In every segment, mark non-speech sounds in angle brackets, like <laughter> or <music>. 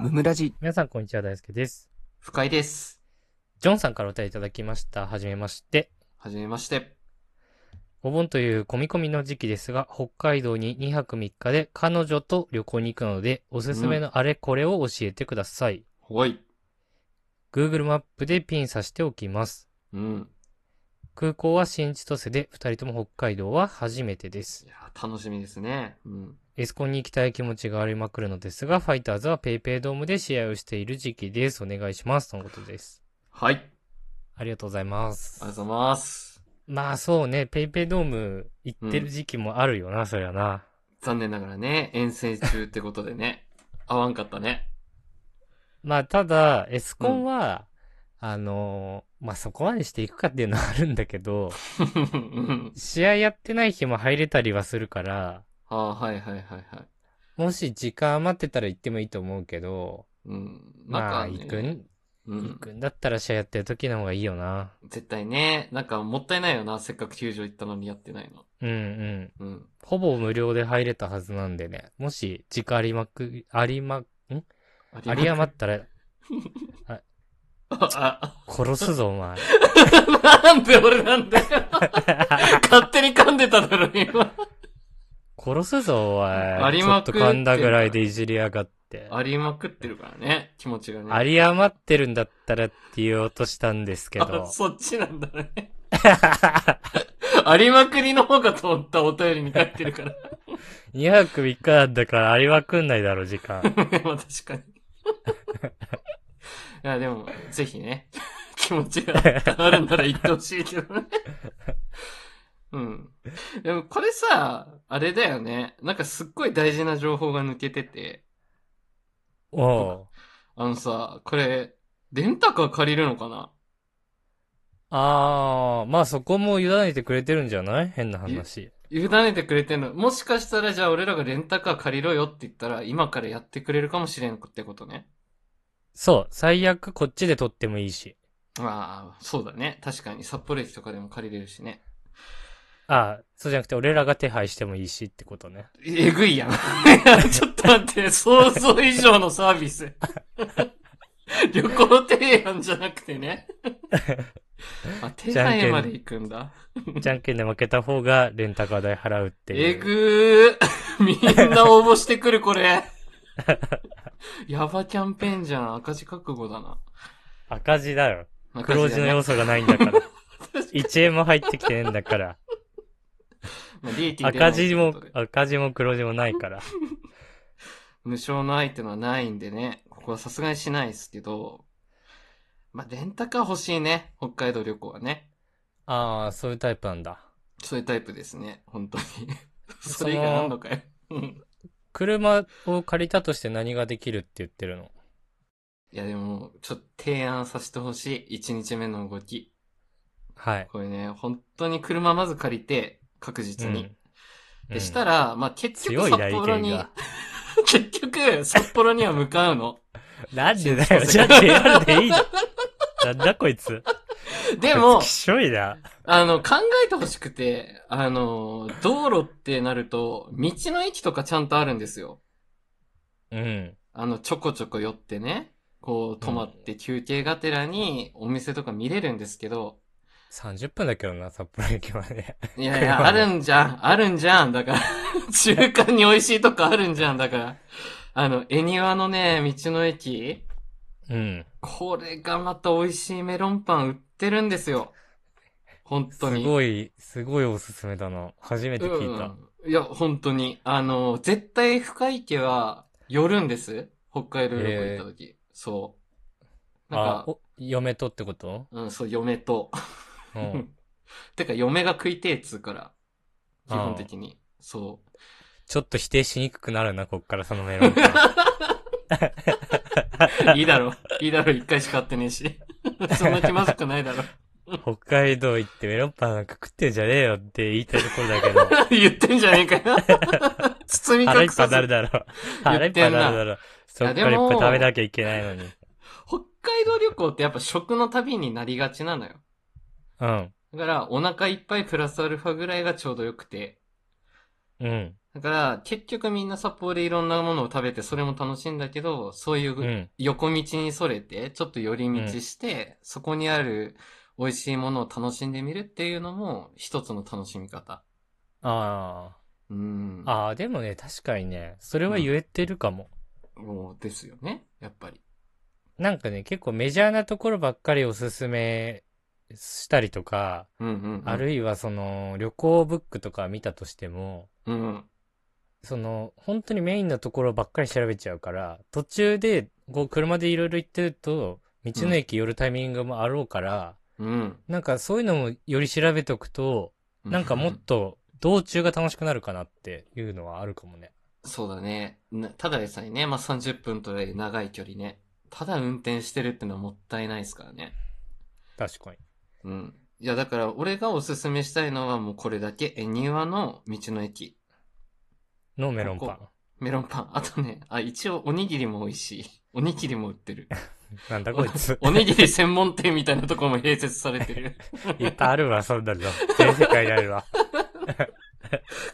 ムラジ。皆さん、こんにちは。大輔です。不快です。ジョンさんからお便りいただきました。はじめまして。はじめまして。お盆という込み込みの時期ですが、北海道に2泊3日で彼女と旅行に行くので、おすすめのあれこれを教えてください。ほい。 Google マップでピンさしておきます。うん。空港は新千歳で、2人とも北海道は初めてですい。やー、楽しみですね。うん。エスコンに行きたい気持ちがありまくるのですが、ファイターズはペイペイドームで試合をしている時期です。お願いします。とのことです。はい。ありありがとうございますがとう。ございます。まあそうね、ペイペイドーム行ってる時期もあるよな、そりゃな。残念ながらね、遠征中ってことでね。 <laughs> 合わんかったね。 <laughs> まあただ、エスコンは、あのーまあそこまでしていくかっていうのはあるんだけど、 <laughs> うん試合やってない日も入れたりはするから、ああ、はいはいはいはい。もし時間余ってたら行ってもいいと思うけど、うん。まあなん行かくねん、う行ん。くんだったら試合やってる時の方がいいよな。絶対ね、なんかもったいないよな。せっかく球場行ったのにやってないの。うんうん。うん。ほぼ無料で入れたはずなんでね。もし、時間ありまく、ありま、んあり余ったら、あ、殺すぞ、お前。 <laughs> なんで俺なん <laughs> だよ。勝手に噛んでただろ、今。殺すぞ、おい。ありまくってんちょっだと噛んだぐらいでいじりやがって。ありまくってるからね。気持ちがね。あり余ってるんだったらって言おうとしたんですけあど。そっちなんだね。 <laughs> ありまくりの方がと思ったお便りに書いてるから。 <laughs> 2泊3日だったからありはくんないだろ、時 <laughs> 間。まあ確かに。いや、でも、ぜひね、 <laughs> 気持ちがあるなら言ってほしいけどね。うん。でもこれさ、あれだよね。なんかすっごい大事な情報が抜けてて。おう。あのさ、これ、レンタカー借りるのかなあー、まあそこも委ねてくれてるんじゃない変な話。委ねてくれてんの。もしかしたらじゃあ俺らがレンタカー借りろよって言ったら、今からやってくれるかもしれんってことね。そう、最悪こっちで撮ってもいいし。ああ、そうだね。確かに札幌駅とかでも借りれるしね。あー、そうじゃなくて俺らが手配してもいいしってこと <laughs> ね。えぐいやん。いやちょっと待って、想像以上のサービス。 <laughs> 旅行提案じゃなく <laughs> てね。あ、手配まで行くんだ。じゃんけんで負けた方がレンタカー代払うっていう。えぐー。みんな応募してくる、<laughs> これ。やばキャンペーンじゃん。赤字覚悟だな。赤字だよ。赤黒だ字のね要素がないんだから。1円も入ってきてねえんだから。まあ利益出ない赤字ともいうこと、で赤字も黒字もないから。無償の愛ってのはないんでね、ここはさすがにしないですけど、まあ、レンタカー欲しいね、北海道旅行はね。 <laughs> ああ、そういうタイプなんだ。そういうタイプですね、本当に。 <laughs> それ以外あんのかよ。うん車を借りたとして何ができるって言ってるのいや、でも、ちょっと提案させてほしい。1日目の動き。はい。これね、本当に車まず借りて、確実に。で、したら、ら、まあ、結強局い札代理幌権にが、。 <laughs> 結局、札幌には向かうの。なんでだよ、新じゃあ千歳 JR でいいじゃ <laughs> ん。なんだこいつ。で <laughs> もき、しょいな。あの、考えてほしくて、あの、道路ってなると、道の駅とかちゃんとあるんですよ。うん。あの、ちょこちょこ寄ってね、こう、泊まって休憩がてらにお店とか見れるんですけど、 30分だけどな、札幌駅まで。いやいや、あるんじゃん、あるんじゃん、だから、 <laughs> 中華に美味しいとこあるんじゃん、だから。あの、恵庭のね、道の駅、うん。これがまた美味しいメロンパン売ってるんですよ。本す当に。ごい、すごいおすすめだな。初めて聞いた。うん、いや、本当に。あの、絶対深い家は寄るんです。北海道旅行行った時。そう。なんあか、お、嫁とってことうん、そう、嫁と。 <laughs> うん <laughs> てか、嫁が食いてえっつうから。基本的に。そう。ちょっと否定しにくくなるな、こっからそのメロンパン。いい <laughs> だろ。いいだろ、一回しか会ってねえし。 <laughs> そんな気まずくないだろ。 <laughs> 北海道行ってメロンパンなんか食ってんじゃねえよって言いたいところだ <laughs> けど。言ってんじゃねえかよ。 <laughs> 包み腹いっ隠ぱさいなるず。だろう。言腹いっっぱいにてんななるだろう。そっからいっぱい食べなきゃいけないのに。北海道旅行ってやっぱ食の旅になりがちなのよ。うん。だから、お腹いっぱいプラスアルファぐらいがちょうどよくて。うん。。だから、結局みんな札幌でいろんなものを食べて、それも楽しいんだけど、そういううん横道にそれて、ちょっと寄り道して、そこにある美味しいものを楽しんでみるっていうのも、一つの楽しみ方。あうんあ。。ああ、でもね、確かにね、それは言えてるかも。もうですよね、やっぱり。なんかね、結構メジャーなところばっかりおすすめしたりとか、うんうん、うん。あるいはその旅行ブックとか見たとしても、うんうん。その本当にメインのところばっかり調べちゃうから、途中でこう車でいろいろ行ってると、道の駅寄るタイミングもあろうから、うん。なんかそういうのもより調べとくと、なんかもっとと道中が楽しくなるかなっていうのはあるかもね。そうだね。なただでさえね、まあ、30分という長い距離ね。ただ運転してるってのはもったいないですからね。確かに。うん。いや、だから俺がおすすめしたいのはもうこれだけ。え、庭の道の駅。のメロンパこメロンパン。 <laughs> あとね、あ、一応おにぎりも美味しい。おにぎりも売ってる。ン。なんだこいつ。おにぎり専門店みたいなとこも併設されてる。いっぱいあるわ、そんなの。全世界にあるわ。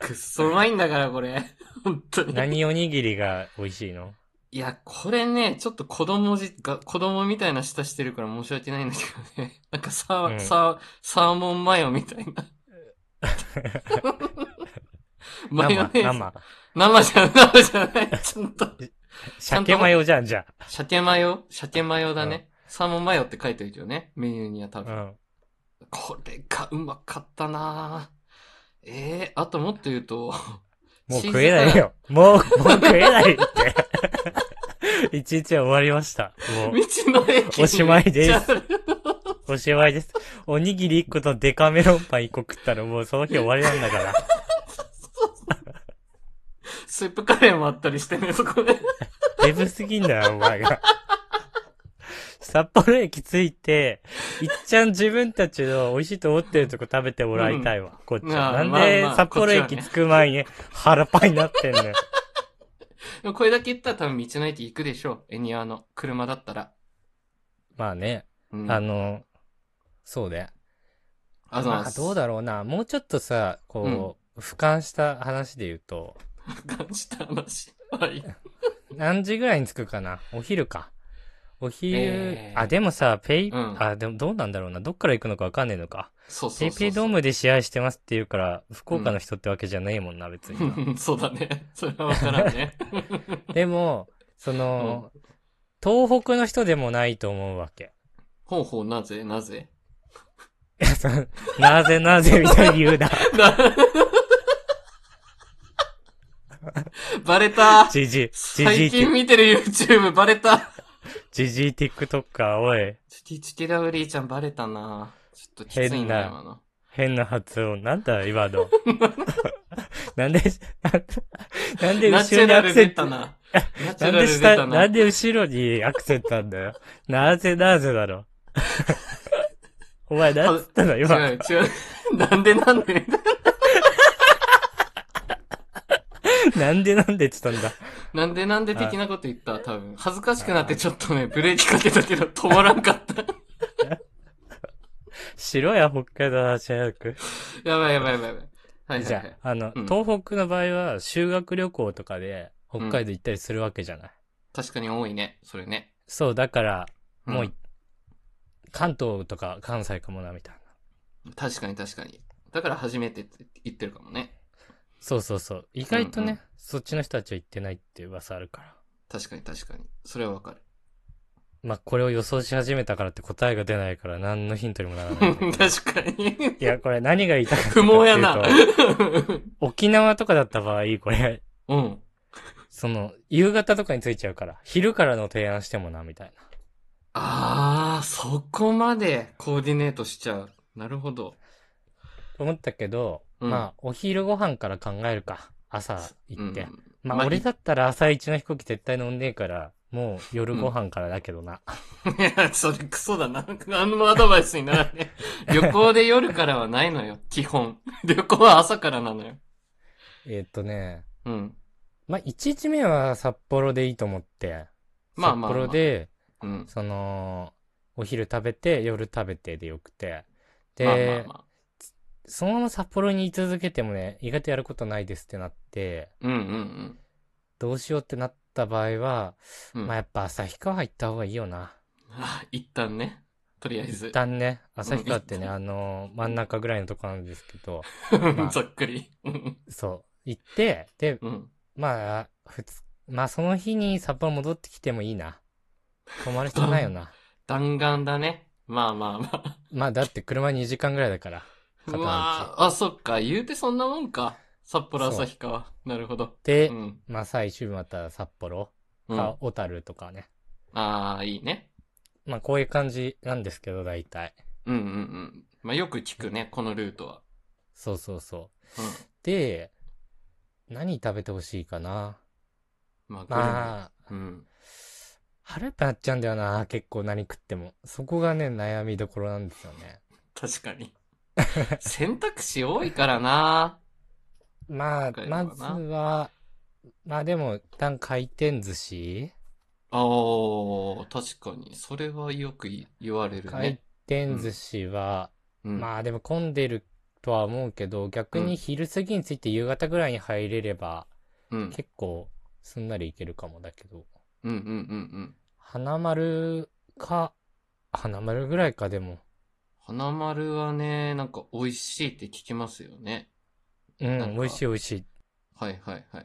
くっそうまいんだから、これ。 <laughs> 本当に。何おにぎりが美味しいのいや、これね、ちょっと子供じが、子供みたいな舌してるから申し訳ないんだけどね。 <laughs> なんかサー、うんサー、サーモンマヨみたいな。生、マヨネーズ。生じゃない、生じゃない。ちゃんと。生。鮭マヨじゃんじゃ鮭マヨ鮭マヨだね。サーモンマヨって書いてるけどね。メニューには多あ。う分。ん。これがうまかったなぁ。ええあともっと言うと、もう食えないよ。もう、もう食えないって。一日は終わりました。道もう、の駅におしまいですめっちゃあるおしまいです。おにぎり1個とデカメロンパン1個食ったらもうその日終わりなんだから。スープカレーもあったりしてね、そこで。 <laughs> デブすぎんだよ、お前が。札幌駅着いて、いっちゃん自分たちの美味しいと思ってるとこ食べてもらいたいわ、こっちは。まあなんまあでまあ札幌こっち駅はね着く前に腹パンになってんのよ。でもこれだけ言ったら多分道の駅行くでしょう。エニアの車だったら。まあね、うん、あの、そうだよ。あの、まあどうだろうな、もうちょっとさ、こう、俯瞰した話で言うと、感じた話。はい。何時ぐらいに着くかなお昼か。お昼、えーあ、でもさ、ペイ、うんあ、でもどうなんだろうな、どっから行くのかわかんねえのか。そうそうそうそう。ペイペイドームで試合してますって言うから、福岡の人ってわけじゃないもんな、別 <laughs> にな。そうだね。それはわから <laughs> んね。でも、その、東北の人でもないと思うわけ。ほうほう、なぜなぜいやそのなぜなぜみたいに言うな、なバレたじじい、最じじい近、見てる YouTube バレたじじい TikToker、おい、チキチキラウリーちゃんバレたなちょっときつい変な、な今の。変な発音、なんだ、今 <laughs> の。なんで、なんでナチ後ろュにラアクルセ出ントた、な。ナチなュんラでル出下、なたな。んで後ろにアクセントなんだよ。なぜなぜだろ。お前、なんつったの、今。違う違う。なんでなんでなんでなんでって言ったんだ。なんでなんで的なこと言った多分。恥ずかしくなってちょっとね、ブレーキかけたけど止まらんかった。 <laughs> 白や北海道の話早く。やばいやばいやばいやばい。はい、じじゃゃあ、あの、うん東北の場合は修学旅行とかで北海道行ったりするわけじゃない。確かに多いね、それね。そう、だから、もうい、ん関東とか関西かもな、みたいな。確かに確かに。だから初めてって言ってるかもね。そうそうそう。意外とね、うんうんそっちの人たちは行ってないっていう噂あるから。確かに確かに。それはわかる。まあ、これを予想し始めたからって答えが出ないから何のヒントにもならないんだけど。 <laughs> 確かに。いや、これ何が言いたかったか不っていうと毛やな。沖縄とかだった場合、これ、 <laughs> うん。その、夕方とかに着いちゃうから、昼からの提案してもな、みたいな。あー、そこまでコーディネートしちゃう。なるほど。思ったけど、うんまあ、お昼ご飯から考えるか。朝行って。うんままあ、あ俺だったら朝一の飛行機絶対飲んでえから、もう夜ご飯からだけどな。いや、それクソだな。何もアドバイスになら <laughs> ね。旅行で夜からはないのよ、基本。旅行は朝からなのよ。えーっとね、うん。まあ、1日目は札幌でいいと思って、まあまあまあ札幌で、うん。その、お昼食べて、夜食べてでよくて、で、まあまあまあ。そのまま札幌に居続けてもね、意外とやることないですってなって、うんうんどうしようってなった場合は、うん。うん、まあやっぱ旭川行った方がいいよな。あ一旦ね。とりあえず一。旦ね、旭川ってね、うんあのー真ん中ぐらいのとこなんですけど、 <laughs> まあざっくり。うんそう、行って、で、うん。まあ、ふつ、まあその日に札幌戻ってきてもいいな。泊まる人ないよ <laughs> な。弾丸だね。まあまあまあ。まあだって車2時間ぐらいだから。片う道わーあ、そっか。言うてそんなもんか。札幌旭川。なるほど。で、うん。まあ最終日また札幌うん、かあ小樽とかね。あー、いいね。まあこういう感じなんですけど、大体。うんうんうん。まあよく聞くね、このルートは。そうそうそう。うん。で、何食べてほしいかな。まあ、グルメまあ、うん。腹いっぱいになっちゃうんだよな、結構何食っても。そこがね、悩みどころなんですよね。確かに。 <laughs> 選択肢多いからな。まあ、わかるわまなずは、まあでも、一旦回転寿司ああ、確かに。それはよくい言われる回ね。転寿司は、うん、まあでも混んでるとは思うけど、逆うんに昼過ぎについて夕方ぐらいに入れれば、うん、結構すんなりいけるかもだけど。うん、うん、うん、うん。花丸か、花丸ぐらいかでも。花丸はね、なんか美味しいって聞きますよね。うなんん、か美味しい美味しい。はいはいはい。